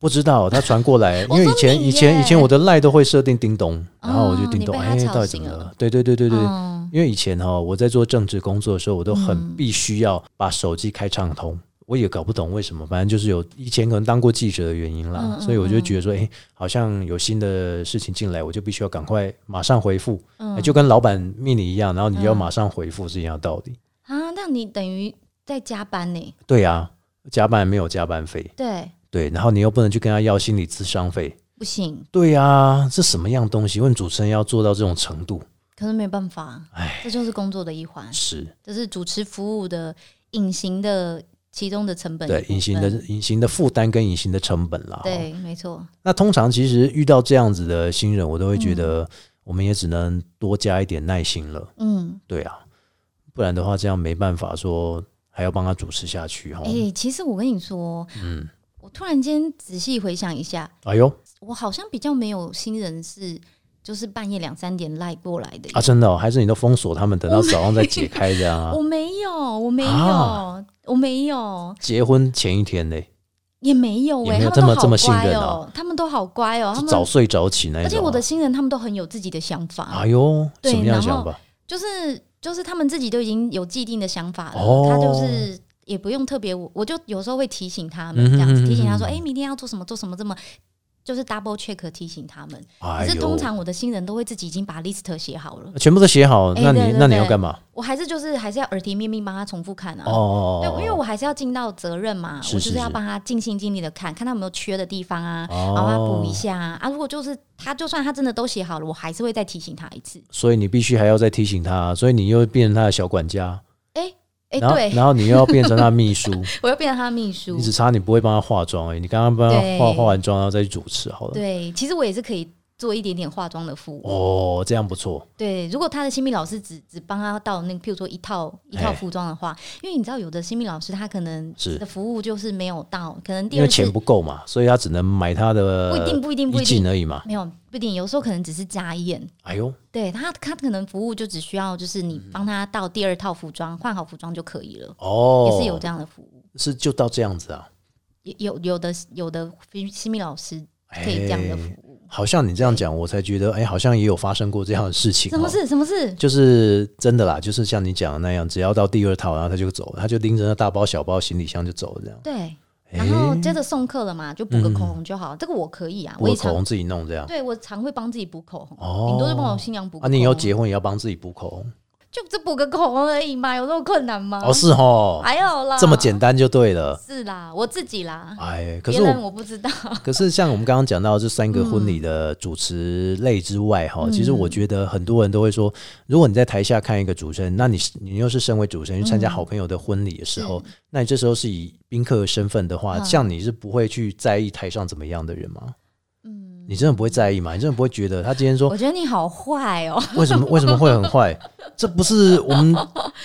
Speaker 1: 不知道他传过来，因
Speaker 2: 我
Speaker 1: 为
Speaker 2: 说
Speaker 1: 以前
Speaker 2: 你
Speaker 1: 以前
Speaker 2: 耶
Speaker 1: 以前我的赖都会设定叮咚，然后我就
Speaker 2: 哦
Speaker 1: 叮
Speaker 2: 你
Speaker 1: 咚，
Speaker 2: 被他
Speaker 1: 哎，
Speaker 2: 吵
Speaker 1: 到底怎么
Speaker 2: 醒了
Speaker 1: 了？对对对对对，
Speaker 2: 嗯，
Speaker 1: 因为以前哈、我在做政治工作的时候，我都很
Speaker 2: 嗯
Speaker 1: 必须要把手机开畅通。我也搞不懂为什么，反正就是有以前可能当过记者的原因啦，
Speaker 2: 嗯嗯
Speaker 1: 所以我就觉得说，哎、好像有新的事情进来，我就必须要赶快马上回复、
Speaker 2: 嗯
Speaker 1: 哎就跟老板命你一样，然后你要马上回复是一样的道理。
Speaker 2: 啊，那你等于在加班呢？
Speaker 1: 对啊，加班没有加班费，
Speaker 2: 对，
Speaker 1: 对，然后你又不能去跟他要心理咨商费，
Speaker 2: 不行，
Speaker 1: 对啊，这什么样东西？问主持人要做到这种程度，
Speaker 2: 可是没办法，
Speaker 1: 哎，
Speaker 2: 这就是工作的一环，
Speaker 1: 是
Speaker 2: 这是主持服务的隐形的其中的成本一部
Speaker 1: 对
Speaker 2: 分。
Speaker 1: 隐形的隐形的负担跟隐形的成本啦。哦
Speaker 2: 对，没错，
Speaker 1: 那通常其实遇到这样子的新人，我都会觉得我们也只能多加一点耐心了，
Speaker 2: 嗯，
Speaker 1: 对啊，不然的话这样没办法说还要帮他主持下去哈。
Speaker 2: 哎、其实我跟你说，
Speaker 1: 哦嗯，
Speaker 2: 我突然间仔细回想一下，
Speaker 1: 哎呦
Speaker 2: 我好像比较没有新人是就是半夜两三点赖过来的耶、
Speaker 1: 啊，真的、哦，还是你都封锁他们，等到早上再解开这样啊
Speaker 2: 我？没有，我没有，
Speaker 1: 啊
Speaker 2: 我没有，
Speaker 1: 结婚前一天嘞，
Speaker 2: 也没有
Speaker 1: 也
Speaker 2: 哎、
Speaker 1: 没有
Speaker 2: 他
Speaker 1: 这
Speaker 2: 们
Speaker 1: 么这
Speaker 2: 都
Speaker 1: 么
Speaker 2: 好
Speaker 1: 信
Speaker 2: 乖
Speaker 1: 任
Speaker 2: 哦、他们都好乖哦、
Speaker 1: 就
Speaker 2: 他们
Speaker 1: 早睡早起那一种啊。
Speaker 2: 而且我的新人他们都很有自己的想法，
Speaker 1: 哎呦，
Speaker 2: 对
Speaker 1: 什么样的
Speaker 2: 然
Speaker 1: 想
Speaker 2: 后
Speaker 1: 法？
Speaker 2: 就是就是他们自己都已经有既定的想法了，
Speaker 1: 哦
Speaker 2: 他就是也不用特别，我我就有时候会提醒他
Speaker 1: 嗯
Speaker 2: 们
Speaker 1: 哼
Speaker 2: 这样
Speaker 1: 嗯
Speaker 2: 子，
Speaker 1: 哼
Speaker 2: 提醒他说，
Speaker 1: 嗯哼
Speaker 2: 哎、明天要做什么做什么，这么就是 double check 提醒他们。可
Speaker 1: 哎
Speaker 2: 是
Speaker 1: 呦，
Speaker 2: 通常我的新人都会自己已经把 list 写好了，
Speaker 1: 全部都写好，
Speaker 2: 哎
Speaker 1: 那你
Speaker 2: 对对
Speaker 1: 那你要
Speaker 2: 对
Speaker 1: 干嘛？
Speaker 2: 我还是就是还是要耳提面命帮他重复看啊。
Speaker 1: 哦哦
Speaker 2: 对
Speaker 1: 哦，，
Speaker 2: 因为我还是要尽到责任嘛，
Speaker 1: 是
Speaker 2: 我就是是要
Speaker 1: 是
Speaker 2: 帮他尽心尽力的看，看他有没有缺的地方啊，
Speaker 1: 哦
Speaker 2: 然后他补一下啊。啊，如果就是他，就算他真的都写好了，我还是会再提醒他一次。
Speaker 1: 所以你必须还要再提醒他，所以你又变成他的小管家，
Speaker 2: 哎、
Speaker 1: 然后
Speaker 2: 对，
Speaker 1: 然后你又要变成他的秘 书，
Speaker 2: 我又变成他的秘书
Speaker 1: 你。只差你不会帮他化妆而已。你刚刚帮他
Speaker 2: 对
Speaker 1: 化化完妆，然后再去主持好了。
Speaker 2: 对，其实我也是可以做一点点化妆的服务。
Speaker 1: 哦，这样不错，
Speaker 2: 对，如果他的新密老师只只帮他到那个，譬如说一套一套
Speaker 1: 哎
Speaker 2: 服装的话，因为你知道有的新密老师他可能
Speaker 1: 是
Speaker 2: 的服务就是没有到，可能第
Speaker 1: 因
Speaker 2: 二
Speaker 1: 为
Speaker 2: 次
Speaker 1: 钱不够嘛，所以他只能买他的
Speaker 2: 不一定不一定不
Speaker 1: 呃一
Speaker 2: 一定
Speaker 1: 斤而已嘛。
Speaker 2: 没有不一定，有时候可能只是加宴。
Speaker 1: 哎呦，
Speaker 2: 对他，他可能服务就只需要就是你帮他到第二套服装，换好服装就可以了，
Speaker 1: 哦，
Speaker 2: 也是有这样的服务。
Speaker 1: 是就到这样子啊。
Speaker 2: 也有有的有的新密老师
Speaker 1: 哎
Speaker 2: 可以这样的服务，
Speaker 1: 好像你这样讲，我才觉得，哎，好像也有发生过这样的事情。
Speaker 2: 什么
Speaker 1: 哦
Speaker 2: 事？什么事？
Speaker 1: 就是真的啦，就是像你讲的那样，只要到第二套，然后他就走了，他就拎着那大包小包行李箱就走了，这样。
Speaker 2: 对，
Speaker 1: 哎
Speaker 2: 然后接着送客了嘛，就补个口红就好，这个我可以啊，
Speaker 1: 我
Speaker 2: 我也
Speaker 1: 口
Speaker 2: 常
Speaker 1: 红自己弄这样。
Speaker 2: 对我常会帮自己补口红，
Speaker 1: 哦
Speaker 2: 顶多就帮我新娘补口
Speaker 1: 啊，
Speaker 2: 红。
Speaker 1: 你以后结婚也要帮自己补口红
Speaker 2: 就只补个口红而已嘛，有那么困难吗？
Speaker 1: 哦，是哦，
Speaker 2: 还有啦，
Speaker 1: 这么简单就对了。
Speaker 2: 是啦，我自己啦，
Speaker 1: 哎，可
Speaker 2: 别
Speaker 1: 是
Speaker 2: 人
Speaker 1: 我，
Speaker 2: 嗯我不知道。
Speaker 1: 可是像我们刚刚讲到这三个婚礼的主持类之外，哈、
Speaker 2: 嗯
Speaker 1: 其实我觉得很多人都会说，如果你在台下看一个主持人，那你是你又是身为主持人去参加好朋友的婚礼的时候，那你这时候是以宾客的身份的话，
Speaker 2: 嗯
Speaker 1: 像你是不会去在意台上怎么样的人吗？嗯，你真的不会在意吗？你真的不会觉得他今天说
Speaker 2: 我觉得你好坏 哦，
Speaker 1: 为 什么为什么会很坏？这不是我们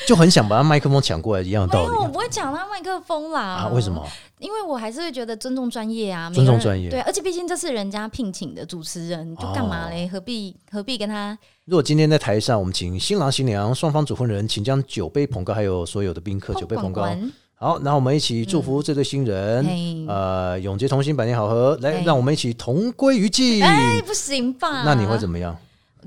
Speaker 1: 就很想把他麦克风抢过来一样的
Speaker 2: 没
Speaker 1: 道
Speaker 2: 有，我
Speaker 1: 理
Speaker 2: 不会抢他麦克风啦。
Speaker 1: 啊？为什？么？
Speaker 2: 因为我还是会觉得尊重专业啊，
Speaker 1: 尊重
Speaker 2: 每个人
Speaker 1: 专业
Speaker 2: 对，而且毕竟这是人家聘请的主持人，就干嘛
Speaker 1: 哦
Speaker 2: 嘞？何必何必跟他？
Speaker 1: 如果今天在台上，我们请新郎新娘双方主婚人，请将酒杯捧高，还有所有的宾客
Speaker 2: 哦
Speaker 1: 酒杯捧高。
Speaker 2: 管管
Speaker 1: 好，然后我们一起祝福这对新人，
Speaker 2: 嘿
Speaker 1: 呃，永结同心，百年好合。来，
Speaker 2: 哎
Speaker 1: 让我们一起同归于尽。
Speaker 2: 哎，不行吧？
Speaker 1: 那你会怎
Speaker 2: 么？
Speaker 1: 么样？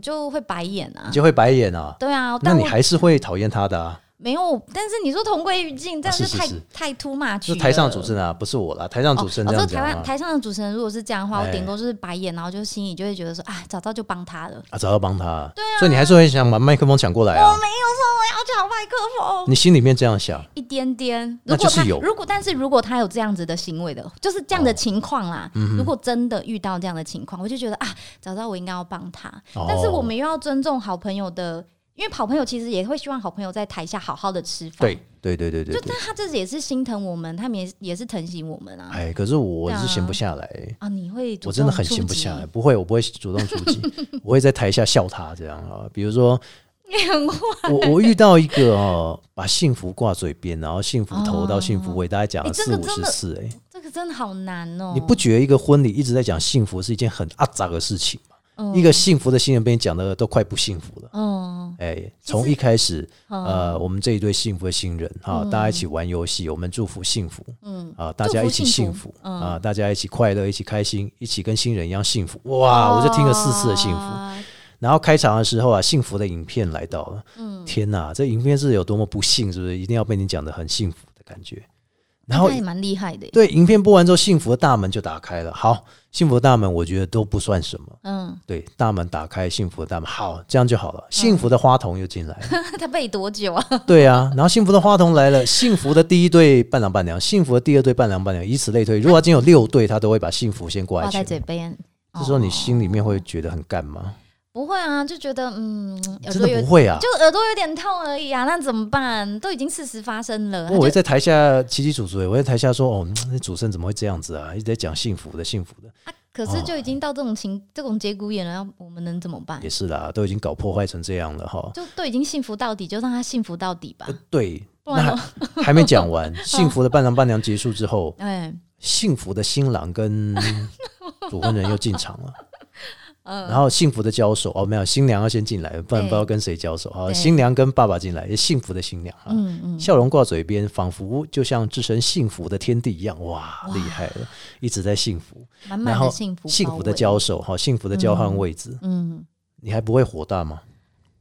Speaker 2: 就会白眼啊
Speaker 1: 你。就会白眼啊？
Speaker 2: 对啊，
Speaker 1: 那
Speaker 2: 但
Speaker 1: 你
Speaker 2: 我
Speaker 1: 还是会讨厌他的啊？
Speaker 2: 没有，但是你说同归于尽，这样
Speaker 1: 啊是是
Speaker 2: 太、
Speaker 1: 是
Speaker 2: 太 too much
Speaker 1: 就
Speaker 2: 了。
Speaker 1: 台上主持人啊，不是我啦，台上主持人
Speaker 2: 哦，
Speaker 1: 这
Speaker 2: 哦
Speaker 1: 样
Speaker 2: 这台
Speaker 1: 讲
Speaker 2: 湾
Speaker 1: 啊，
Speaker 2: 台上的主持人如果是这样的话，
Speaker 1: 哎
Speaker 2: 我顶多就是白眼，然后就心里就会觉得说，啊，早知道就帮他了。
Speaker 1: 啊，早要帮他，对啊，所以你还是会想把麦克风抢过来
Speaker 2: 我
Speaker 1: 啊，
Speaker 2: 没有说我要抢麦克风，
Speaker 1: 你心里面这样想，
Speaker 2: 一点点。
Speaker 1: 那
Speaker 2: 如
Speaker 1: 就
Speaker 2: 果
Speaker 1: 是
Speaker 2: 他
Speaker 1: 有哦
Speaker 2: 如果但是如果他有这样子的行为的，就是这样的情况啦。
Speaker 1: 嗯
Speaker 2: 如果真的遇到这样的情况，我就觉得啊，早知道我应该要帮他。
Speaker 1: 哦
Speaker 2: 但是我们又要尊重好朋友的，因为好朋友其实也会希望好朋友在台下好好的吃饭。
Speaker 1: 对，对对对对
Speaker 2: 就
Speaker 1: 对
Speaker 2: 但，他这也是心疼我们，他们也也是疼惜我们啊。
Speaker 1: 哎，可是我是闲不
Speaker 2: 对
Speaker 1: 下来。
Speaker 2: 啊，你会主
Speaker 1: 我真的
Speaker 2: 动
Speaker 1: 很
Speaker 2: 出
Speaker 1: 闲不
Speaker 2: 击
Speaker 1: 下来，，不会，我不会主动出击， 我会在台下笑他这样啊。比如说，
Speaker 2: 你很坏。
Speaker 1: 我我遇到一个哦，把幸福挂嘴边，然后幸福投到幸福尾，大概讲了
Speaker 2: 哎这
Speaker 1: 四
Speaker 2: 个
Speaker 1: 五十
Speaker 2: 真的
Speaker 1: 次，哎，
Speaker 2: 这个真的好难哦。
Speaker 1: 你不觉得一个婚礼一直在讲幸福是一件很阿杂的事情吗？
Speaker 2: 哦
Speaker 1: 一个幸福的新人被你讲的都快不幸福了。
Speaker 2: 嗯
Speaker 1: 哎，从一开始，
Speaker 2: 嗯
Speaker 1: 呃，我们这一对幸福的新人哈，大家一起玩游戏，我们祝福幸福，
Speaker 2: 嗯，
Speaker 1: 啊，大家一起幸
Speaker 2: 幸
Speaker 1: 福
Speaker 2: 福嗯
Speaker 1: 啊，大家一起快乐，一起开心，一起跟新人一样幸福。哇，啊
Speaker 2: 哦
Speaker 1: 我就听了四次的幸福。
Speaker 2: 啊
Speaker 1: 然后开场的时候啊，幸福的影片来到了，
Speaker 2: 嗯
Speaker 1: 天哪，这影片是有多么不幸，是不是？一定要被你讲的很幸福的感觉。然后
Speaker 2: 那也蛮厉害的耶。
Speaker 1: 对，影片播完之后，幸福的大门就打开了。好，幸福的大门我觉得都不算什么。
Speaker 2: 嗯，
Speaker 1: 对，大门打开，幸福的大门，好，这样就好了。幸福的花童又进来了，
Speaker 2: 他背多久啊？
Speaker 1: 对啊，然后幸福的花童来了，幸福的第一对伴郎伴娘，幸福的第二对伴郎伴娘，以此类推。如果他今天有六对，他都会把幸福先挂
Speaker 2: 挂在
Speaker 1: 在
Speaker 2: 嘴
Speaker 1: 前面。
Speaker 2: 边。
Speaker 1: 这时候你
Speaker 2: 哦
Speaker 1: 心里面会觉得很干吗？
Speaker 2: 不会啊，就觉得嗯，耳
Speaker 1: 真
Speaker 2: 朵有
Speaker 1: 的不会啊，
Speaker 2: 就耳朵有点痛而已啊，那怎么办？都已经事实发生了，
Speaker 1: 我
Speaker 2: 他
Speaker 1: 会
Speaker 2: 就
Speaker 1: 在台下起起楚楚，我会在台下说：“哦，那主持人怎么会这样子啊？一直在讲幸福的，幸福的，
Speaker 2: 啊可是就已经到这种情、这种节骨眼了，要我们能怎么办
Speaker 1: 也？是啦，都已经搞破坏成这样了哈。”
Speaker 2: 就都已经幸福到底，就让他幸福到底吧。
Speaker 1: 对，
Speaker 2: 不然
Speaker 1: 那还还没讲 完，幸福的伴郎伴娘结束之后，
Speaker 2: 哎，
Speaker 1: 幸福的新郎 跟主婚人又进场了。
Speaker 2: 嗯
Speaker 1: 然后幸福的交手哦，没有新娘要先进来，不然
Speaker 2: 对
Speaker 1: 不知道跟谁交手啊。
Speaker 2: 对
Speaker 1: 新娘跟爸爸进来，也幸福的新娘啊，
Speaker 2: 嗯嗯，
Speaker 1: 笑容挂嘴边，仿佛就像置身幸福的天地一样，哇，厉害了，一直在幸福，
Speaker 2: 满
Speaker 1: 然
Speaker 2: 满
Speaker 1: 后
Speaker 2: 的幸福，
Speaker 1: 幸福的，交手哈，幸福的交换位置，
Speaker 2: 嗯，
Speaker 1: 你还不会火大吗？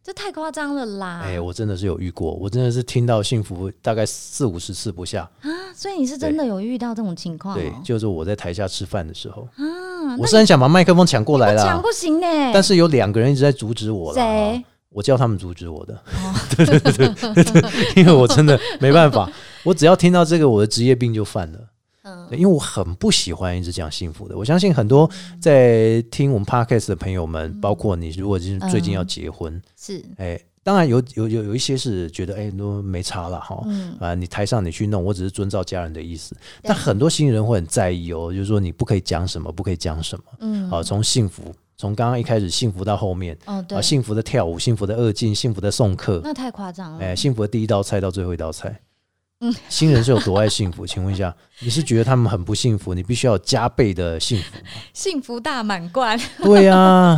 Speaker 2: 这太夸张了啦。
Speaker 1: 哎，我真的是有遇过，我真的是听到幸福大概四五十次不下，
Speaker 2: 啊，所以你是真的有遇到这种情况、哦？
Speaker 1: 对，就是我在台下吃饭的时候，
Speaker 2: 啊，
Speaker 1: 我是很想把麦克风抢过来
Speaker 2: 讲
Speaker 1: 啦，
Speaker 2: 不行呢、
Speaker 1: 但是有两个人一直在阻止我啦
Speaker 2: 谁。哦
Speaker 1: 我叫他们阻止我的， 对对对对对，因为我真的没办法，我只要听到这个，我的职业病就犯了。
Speaker 2: 嗯
Speaker 1: 对因为我很不喜欢一直讲幸福的，我相信很多
Speaker 2: 嗯
Speaker 1: 在听我们 podcast 的朋友们，包括你，如果是
Speaker 2: 嗯
Speaker 1: 最近要结婚，
Speaker 2: 是，
Speaker 1: 哎，当然有有有有一些是觉得哎都没差了哈，
Speaker 2: 嗯，
Speaker 1: 啊，你台上你去弄，我只是遵照家人的意思。
Speaker 2: 对
Speaker 1: 但很多新人会很在意哦，就是说你不可以讲什么，不可以讲什么。
Speaker 2: 嗯
Speaker 1: 好、从幸福，从刚刚一开始幸福到后面，
Speaker 2: 哦，对，
Speaker 1: 啊，幸福的跳舞，幸福的二进，幸福的送客，
Speaker 2: 那太夸张了。
Speaker 1: 哎，幸福的第一道菜到最后一道菜。
Speaker 2: 嗯
Speaker 1: 新人是有多爱幸福？请问一下，你是觉得他们很不幸福，你必须要有加倍的幸福？
Speaker 2: 幸福大满贯，
Speaker 1: 对呀、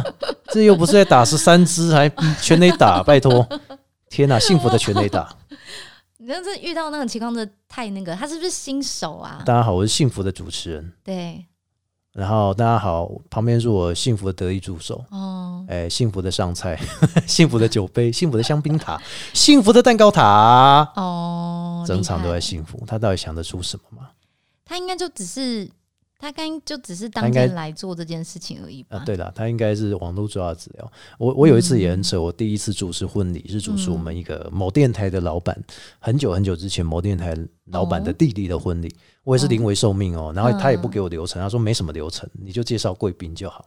Speaker 1: 这又不是在打十三支，还全垒打，拜托！天哪、幸福的全垒打！
Speaker 2: 你真是遇到那种情况，真的太那个，他是不是新手啊？
Speaker 1: 大家好，我是幸福的主持人。
Speaker 2: 对，
Speaker 1: 然后大家好，旁边是我幸福的得力助手，
Speaker 2: 哦，
Speaker 1: 哎，幸福的上菜，幸福的酒杯，幸福的香槟塔，幸福的蛋糕塔，
Speaker 2: 哦，
Speaker 1: 整场都在
Speaker 2: 厉害
Speaker 1: 幸福。他到底想得出什么吗？
Speaker 2: 他应该就只是他刚就只是
Speaker 1: 他
Speaker 2: 当
Speaker 1: 应该
Speaker 2: 天来做这件事情而已吧？
Speaker 1: 啊，对了，他应该是网络抓的资料。我我有一次也很扯，我第一次主持婚礼是主持我们一个某电台的老板，很久很久之前某电台老板的弟弟的婚礼，我也是临危受命哦。然后他也不给我流程，他说没什么流程，你就介绍贵宾就好。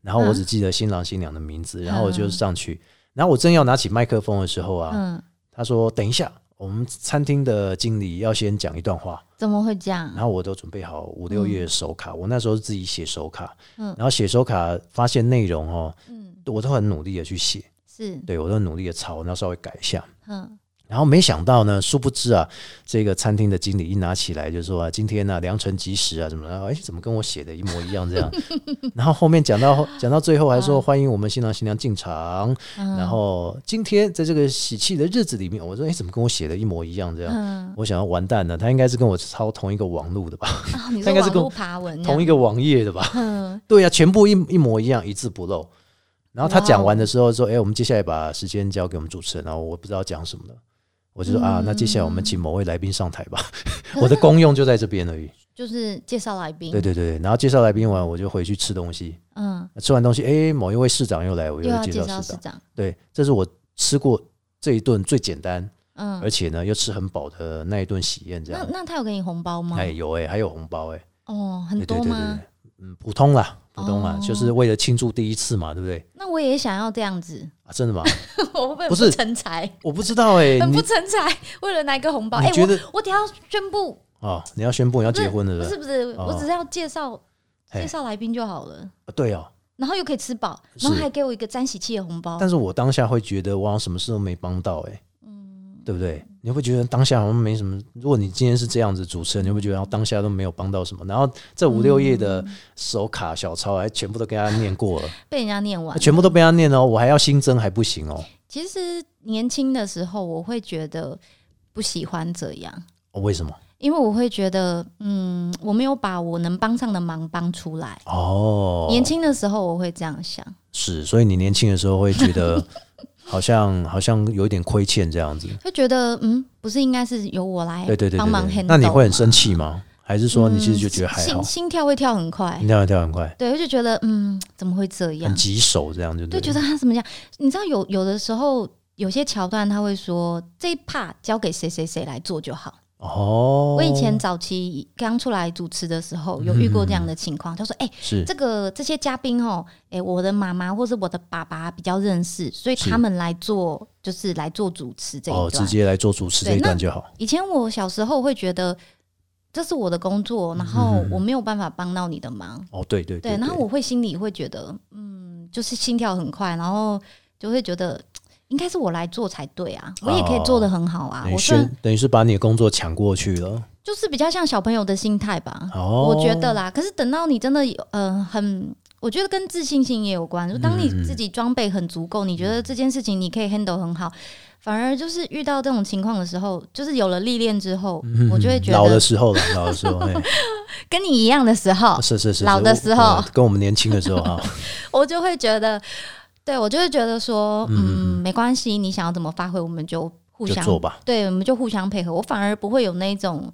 Speaker 1: 然后我只记得新郎新娘的名字，然后我就上去。然后我正要拿起麦克风的时候啊，
Speaker 2: 嗯，
Speaker 1: 他说：“等一下，我们餐厅的经理要先讲一段话。”
Speaker 2: 怎么会这样？
Speaker 1: 然后我都准备好五六页的手卡，我那时候是自己写手卡，
Speaker 2: 嗯
Speaker 1: 然后写手卡发现内容哦，
Speaker 2: 嗯，
Speaker 1: 我都很努力的去写，
Speaker 2: 是，
Speaker 1: 对我都很努力的抄，然后稍微改一下。
Speaker 2: 嗯，
Speaker 1: 然后没想到呢，殊不知啊，这个餐厅的经理一拿起来就说啊，今天呢、良辰吉时啊，怎么了？哎，怎么跟我写的一模一样 这样？然后后面讲到讲到最后还说欢迎我们新郎新娘进场，
Speaker 2: 嗯
Speaker 1: 然后今天在这个喜气的日子里面，我说哎，怎么跟我写的一模一样这样？
Speaker 2: 嗯，
Speaker 1: 我想要完蛋了，他应该是跟我抄同一个网路的吧？
Speaker 2: 啊，你
Speaker 1: 他
Speaker 2: 说
Speaker 1: 应该是
Speaker 2: 网
Speaker 1: 跟
Speaker 2: 络爬文这样
Speaker 1: 同一个网页的吧？
Speaker 2: 嗯，
Speaker 1: 对呀、啊全部一一模一样，一字不漏。然后他
Speaker 2: 哇哦
Speaker 1: 啊讲完的时候说：“哎、我们接下来把时间交给我们主持人。”然后我不知道讲什么了。我就说、
Speaker 2: 嗯
Speaker 1: 啊，那接下来我们请某位来宾上台 吧。
Speaker 2: 可是
Speaker 1: 我的功用就在这边而已。
Speaker 2: 就是介绍来宾，
Speaker 1: 对对对，对然后介绍来宾完，我就回去吃东西。
Speaker 2: 嗯，
Speaker 1: 吃完东西，哎，某一位市长又来，我
Speaker 2: 又要
Speaker 1: 介
Speaker 2: 介
Speaker 1: 绍
Speaker 2: 绍
Speaker 1: 市
Speaker 2: 市
Speaker 1: 长。
Speaker 2: 长，
Speaker 1: 对，这是我吃过这一顿最简单，
Speaker 2: 嗯
Speaker 1: 而，且呢又吃很饱的那一顿喜宴，哎这
Speaker 2: 那啊
Speaker 1: 样。
Speaker 2: 那他有给你红包吗？
Speaker 1: 哎，有哎、还有红包哎、
Speaker 2: 哦，很
Speaker 1: 对对
Speaker 2: 多
Speaker 1: 对对
Speaker 2: 吗
Speaker 1: 对？，嗯，普通啦，普通啦，
Speaker 2: 哦
Speaker 1: 就是为了庆祝第一次嘛，对不对？
Speaker 2: 那我也想要这样子，
Speaker 1: 啊，真的吗？
Speaker 2: 我会不会
Speaker 1: 不是
Speaker 2: 成才？
Speaker 1: 我不知道哎、
Speaker 2: 很
Speaker 1: 你
Speaker 2: 不成才，为了拿一个红包，
Speaker 1: 你
Speaker 2: 哎，
Speaker 1: 觉得
Speaker 2: 我我等一下要宣布
Speaker 1: 哦，你要宣布你要
Speaker 2: 不是
Speaker 1: 结婚了，
Speaker 2: 不
Speaker 1: 是
Speaker 2: 是不是，
Speaker 1: 哦
Speaker 2: 我只是要介绍
Speaker 1: 嘿
Speaker 2: 介绍来宾就好了，
Speaker 1: 啊对哦，
Speaker 2: 然后又可以吃饱，然后
Speaker 1: 是
Speaker 2: 还给我一个沾喜气的红包。
Speaker 1: 但是我当下会觉得我好像什么事都没帮到哎、
Speaker 2: 嗯
Speaker 1: 对不对？你会觉得当下好像没什么。如果你今天是这样子主持人，你会觉得当下都没有帮到什么。然后这五六页的手卡小抄，还全部都给他念过了，
Speaker 2: 被人家念 完。
Speaker 1: 全部都被他念哦，我还要新增还不行哦，
Speaker 2: 其实年轻的时候，我会觉得不喜欢这样，
Speaker 1: 哦为什么？
Speaker 2: 因为我会觉得，嗯，我没有把我能帮上的忙帮出来。
Speaker 1: 哦，
Speaker 2: 年轻的时候，我会这样想，
Speaker 1: 是，所以你年轻的时候会觉 得好像好像有一点亏欠这样子，
Speaker 2: 会觉得，嗯，不是应该是由我来
Speaker 1: 对对对
Speaker 2: 哎帮
Speaker 1: 对
Speaker 2: 忙
Speaker 1: 对
Speaker 2: handle？。嗯
Speaker 1: 那你会很生气吗？还是说你其实就觉得还好
Speaker 2: 心，心跳会跳很快
Speaker 1: 你，跳跳很快，
Speaker 2: 对，我就觉得，嗯，怎么会这样
Speaker 1: 很？棘手这样就
Speaker 2: 对，觉
Speaker 1: 了
Speaker 2: 得他怎么讲？你知道有有的时候有些桥段他会说这一 part 交给谁谁谁来做就好。
Speaker 1: 哦，嗯
Speaker 2: 我以前早期刚出来主持的时候有遇过这样的情况，他说：“哎、
Speaker 1: 是
Speaker 2: 这个这些嘉宾哦，哎、我的妈妈或是我的爸爸比较认识，所以
Speaker 1: 是
Speaker 2: 他们来做就是来做主持这
Speaker 1: 哦，
Speaker 2: 一
Speaker 1: 直
Speaker 2: 段。
Speaker 1: 接来做主持这
Speaker 2: 对
Speaker 1: 一
Speaker 2: 那
Speaker 1: 段就好。
Speaker 2: 以前我小时候会觉得这是我的工作，
Speaker 1: 嗯
Speaker 2: 然后我没有办法帮到你的忙，
Speaker 1: 哦，对对
Speaker 2: 对，
Speaker 1: 对，
Speaker 2: 然后我会心里会觉得，嗯，就是心跳很快，然后就会觉得应该是我来做才对啊，我也可以做得很好啊。
Speaker 1: 等于
Speaker 2: 我虽然
Speaker 1: 宣等于哦是把你的工作抢过去了。
Speaker 2: 就是比较像小朋友的心态吧，
Speaker 1: 哦，
Speaker 2: 我觉得啦。可是等到你真的有，呃，很，我觉得跟自信心也有关。就当你
Speaker 1: 嗯
Speaker 2: 自己装备很足够，你觉得这件事情你可以 handle 很好，反而就是遇到这种情况的时候，就是有了历练之后，我就会觉
Speaker 1: 嗯老的
Speaker 2: 得
Speaker 1: 时候了，老的时候， 嘿
Speaker 2: 跟你一样的时候，
Speaker 1: 是是是，是
Speaker 2: 老的时候
Speaker 1: 我我跟我们年轻的时候哈，
Speaker 2: 我就会觉得，对我就会觉得说，嗯，没关系，你想要怎么发挥，我们就 互
Speaker 1: 就
Speaker 2: 相
Speaker 1: 做吧。
Speaker 2: 对，我们就互相配合。我反而不会有那种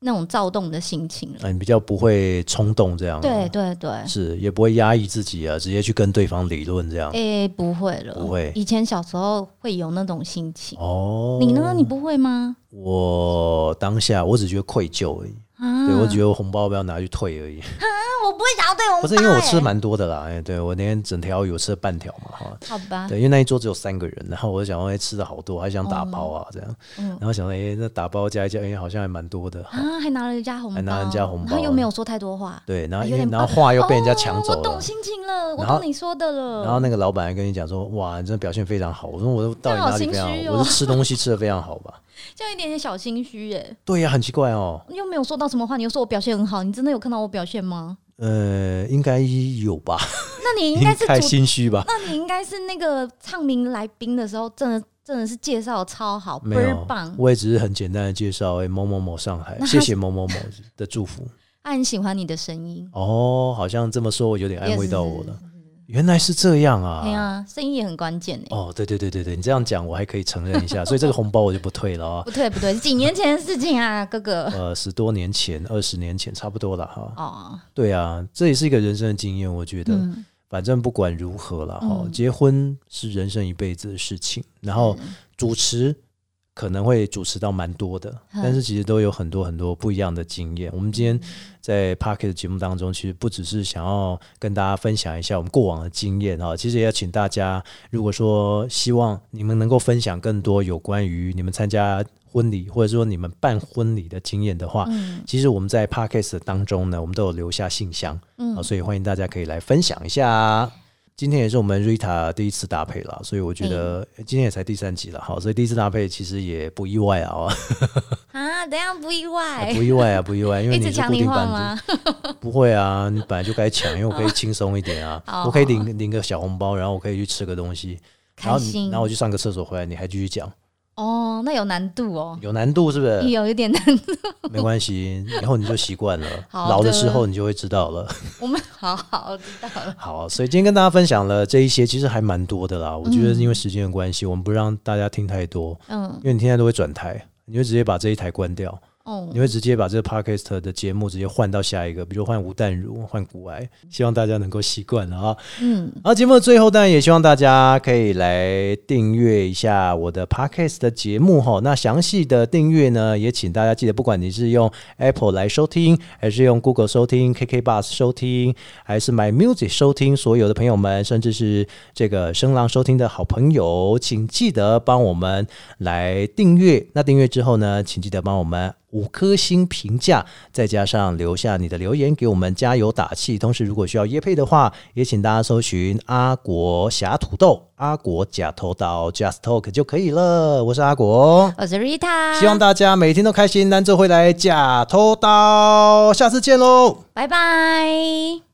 Speaker 2: 那种躁动的心情了。
Speaker 1: 嗯，比较不会冲动这样。啊
Speaker 2: 对对对，
Speaker 1: 是，也不会压抑自己啊，直接去跟对方理论这样。
Speaker 2: 诶、不会了，
Speaker 1: 不会
Speaker 2: 以前小时候会有那种心情，
Speaker 1: 哦，
Speaker 2: 你呢？你不会吗？
Speaker 1: 我当下我只觉得愧疚而已，
Speaker 2: 啊，
Speaker 1: 对我只觉得我红包要不要拿去退而已，
Speaker 2: 那我不会想要对我们欸
Speaker 1: 不是因为我吃蛮多的啦，哎，对我那天整条有吃了半条嘛，哈。
Speaker 2: 好吧，
Speaker 1: 对，因为那一桌只有三个人，然后我就想说，哎，吃的好多，还想打包啊，这样，
Speaker 2: 嗯
Speaker 1: 然后想说，哎，那打包加一加，哎，好像还蛮多 的，哈
Speaker 2: 啊，还拿了人家红包，
Speaker 1: 还拿人家红包
Speaker 2: 然后又没有说太多话，
Speaker 1: 对，然后
Speaker 2: 有
Speaker 1: 因为
Speaker 2: 点
Speaker 1: 然后话又被人家抢
Speaker 2: 哦
Speaker 1: 走
Speaker 2: 我
Speaker 1: 了
Speaker 2: 懂，心情了，我
Speaker 1: 然后
Speaker 2: 懂你说的了。
Speaker 1: 然后那个老板还跟你讲说，哇，你真的表现非常好，我说我都到底
Speaker 2: 那好
Speaker 1: 哪里
Speaker 2: 心
Speaker 1: 非常好
Speaker 2: 虚，哦
Speaker 1: 我是吃东西吃的非常好吧？
Speaker 2: 这样有一点点小心虚耶、
Speaker 1: 对呀，很奇怪哦，
Speaker 2: 又没有说到什么话，你又说我表现很好，你真的有看到我表 现吗？
Speaker 1: 呃，应该有吧，
Speaker 2: 那你应 该是
Speaker 1: 太
Speaker 2: 主，
Speaker 1: 心虚吧？
Speaker 2: 那你应该是那个唱名来宾的时候，真的真的是介绍得超好，
Speaker 1: 没
Speaker 2: 倍儿
Speaker 1: 有
Speaker 2: 棒，。
Speaker 1: 我也只是很简单的介绍，哎，某某某上海，
Speaker 2: 那他
Speaker 1: 谢谢某某某的祝福。
Speaker 2: 他很喜欢你的声音，
Speaker 1: 哦，好像这么说，我有点安慰到我
Speaker 2: Yes
Speaker 1: 了。原来是这样啊！
Speaker 2: 对啊，声音也很关键欸诶、
Speaker 1: 哦，对对对对对，你这样讲我还可以承认一 下，所以这个红包我就不退了啊。
Speaker 2: 不对不对，是几年前的事情啊，哥哥。
Speaker 1: 呃，十多年前、二十年前差不多了哈。
Speaker 2: 哦，
Speaker 1: 对啊，这也是一个人生的经验，我觉得。
Speaker 2: 嗯，
Speaker 1: 反正不管如何了哈，
Speaker 2: 嗯
Speaker 1: 结婚是人生一辈子的事情，然后主持可能会主持到蛮多的，
Speaker 2: 嗯
Speaker 1: 但是其实都有很多很多不一样的经验。我们今天在 p a r k e t 节目当中，其实不只是想要跟大家分享一下我们过往的经验哈，其实也要请大家，如果说希望你们能够分享更多有关于你们参加婚礼或者说你们办婚礼的经验的话，
Speaker 2: 嗯
Speaker 1: 其实我们在 podcast 当中呢，我们都有留下信箱，
Speaker 2: 嗯
Speaker 1: 啊，所以欢迎大家可以来分享一下。今天也是我们 Rita 第一次搭配了，所以我觉得呃今天也才第三集了，好，所以第一次搭配其实也不意外啊，哦
Speaker 2: 啊，等一下不意 外，
Speaker 1: 不意外啊，不意外，因为
Speaker 2: 一
Speaker 1: 你
Speaker 2: 直
Speaker 1: 是
Speaker 2: 抢
Speaker 1: 固
Speaker 2: 你
Speaker 1: 定
Speaker 2: 话
Speaker 1: 班
Speaker 2: 吗
Speaker 1: 子，？不会啊，你本来就该抢，因为我可以轻松一点 啊，
Speaker 2: 好
Speaker 1: 我可以领领个小红包，然后我可以去吃个东西，然
Speaker 2: 开
Speaker 1: 后你
Speaker 2: 心
Speaker 1: 然后我去上个厕所回来，你还继续讲，
Speaker 2: 哦，那有难度哦，
Speaker 1: 有难度是不是？
Speaker 2: 有一点难。
Speaker 1: 没关系，以后你就习惯了，
Speaker 2: 好
Speaker 1: 老的
Speaker 2: 的
Speaker 1: 时候你就会知道了。
Speaker 2: 我们好好我知道了。
Speaker 1: 好，啊所以今天跟大家分享了这一些，其实还蛮多的啦。我觉得因为时间的关系，我们不让大家听太多，
Speaker 2: 嗯，
Speaker 1: 因为你听太多会转台，你会直接把这一台关掉，
Speaker 2: 哦
Speaker 1: 你，会直接把这个 podcast 的节目直接换到下一个，比如换吴淡如、换古癌，希望大家能够习惯了啊。
Speaker 2: 嗯，
Speaker 1: 好，节目的最后当然也希望大家可以来订阅一下我的 podcast 的节目哈。那详细的订阅呢，也请大家记得，不管你是用 Apple 来收听，还是用 Google 收听、KK Bus 收听，还是 My Music 收听，所有的朋友们，甚至是这个声浪收听的好朋友，请记得帮我们来订阅。那订阅之后呢，请记得帮我们五颗星评价，再加上留下你的留言，给我们加油打气。同时，如果需要叶配的话，也请大家搜寻阿国侠土豆、阿国假头刀 Just Talk 就可以了。我是阿国，
Speaker 2: 我是 Rita，
Speaker 1: 希望大家每天都开心。难者回来假头刀，下次见喽。
Speaker 2: 拜拜。